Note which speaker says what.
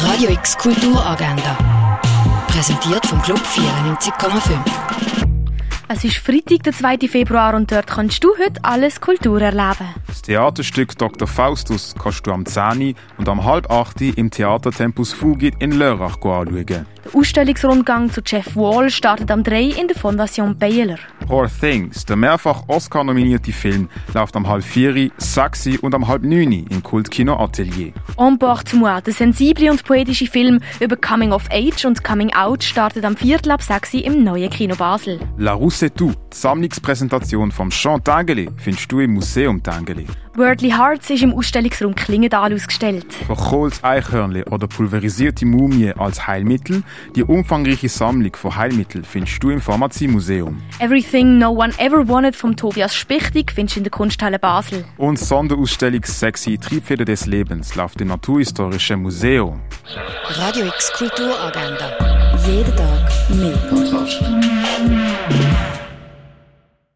Speaker 1: Radio X Kulturagenda. Präsentiert vom Club 94,5.
Speaker 2: Es ist Freitag, der 2. Februar und dort kannst du heute alles Kultur erleben.
Speaker 3: Das Theaterstück Dr. Faustus kannst du am 10. und am halb 8. im Theatertempus Fugit in Lörrach anschauen.
Speaker 2: Der Ausstellungsrundgang zu Jeff Wall startet am 3 in der Fondation Baylor.
Speaker 3: Poor Things, der mehrfach Oscar-nominierte Film, läuft am halb 4, sexy und am halb 9 im Kultkino Atelier.
Speaker 2: En Porte Moi, der sensible und poetische Film über Coming of Age und Coming Out, startet am 4. ab 6 im neuen Kino Basel.
Speaker 3: La Rousse et tout, die Sammlungspräsentation vom Jean Tangeli, findest du im Museum Tangeli.
Speaker 2: Worldly Hearts ist im Ausstellungsraum Klingenthal ausgestellt.
Speaker 3: Von Kohls Eichhörnli oder pulverisierte Mumie als Heilmittel, die umfangreiche Sammlung von Heilmitteln findest du im Pharmaziemuseum.
Speaker 2: Everything No One Ever Wanted von Tobias Spichtig findest du in der Kunsthalle Basel.
Speaker 3: Und Sonderausstellung Sexy Triebfeder des Lebens läuft im Naturhistorischen Museum.
Speaker 1: Radio X Kulturagenda. Jeden Tag mehr.
Speaker 4: Kontrast.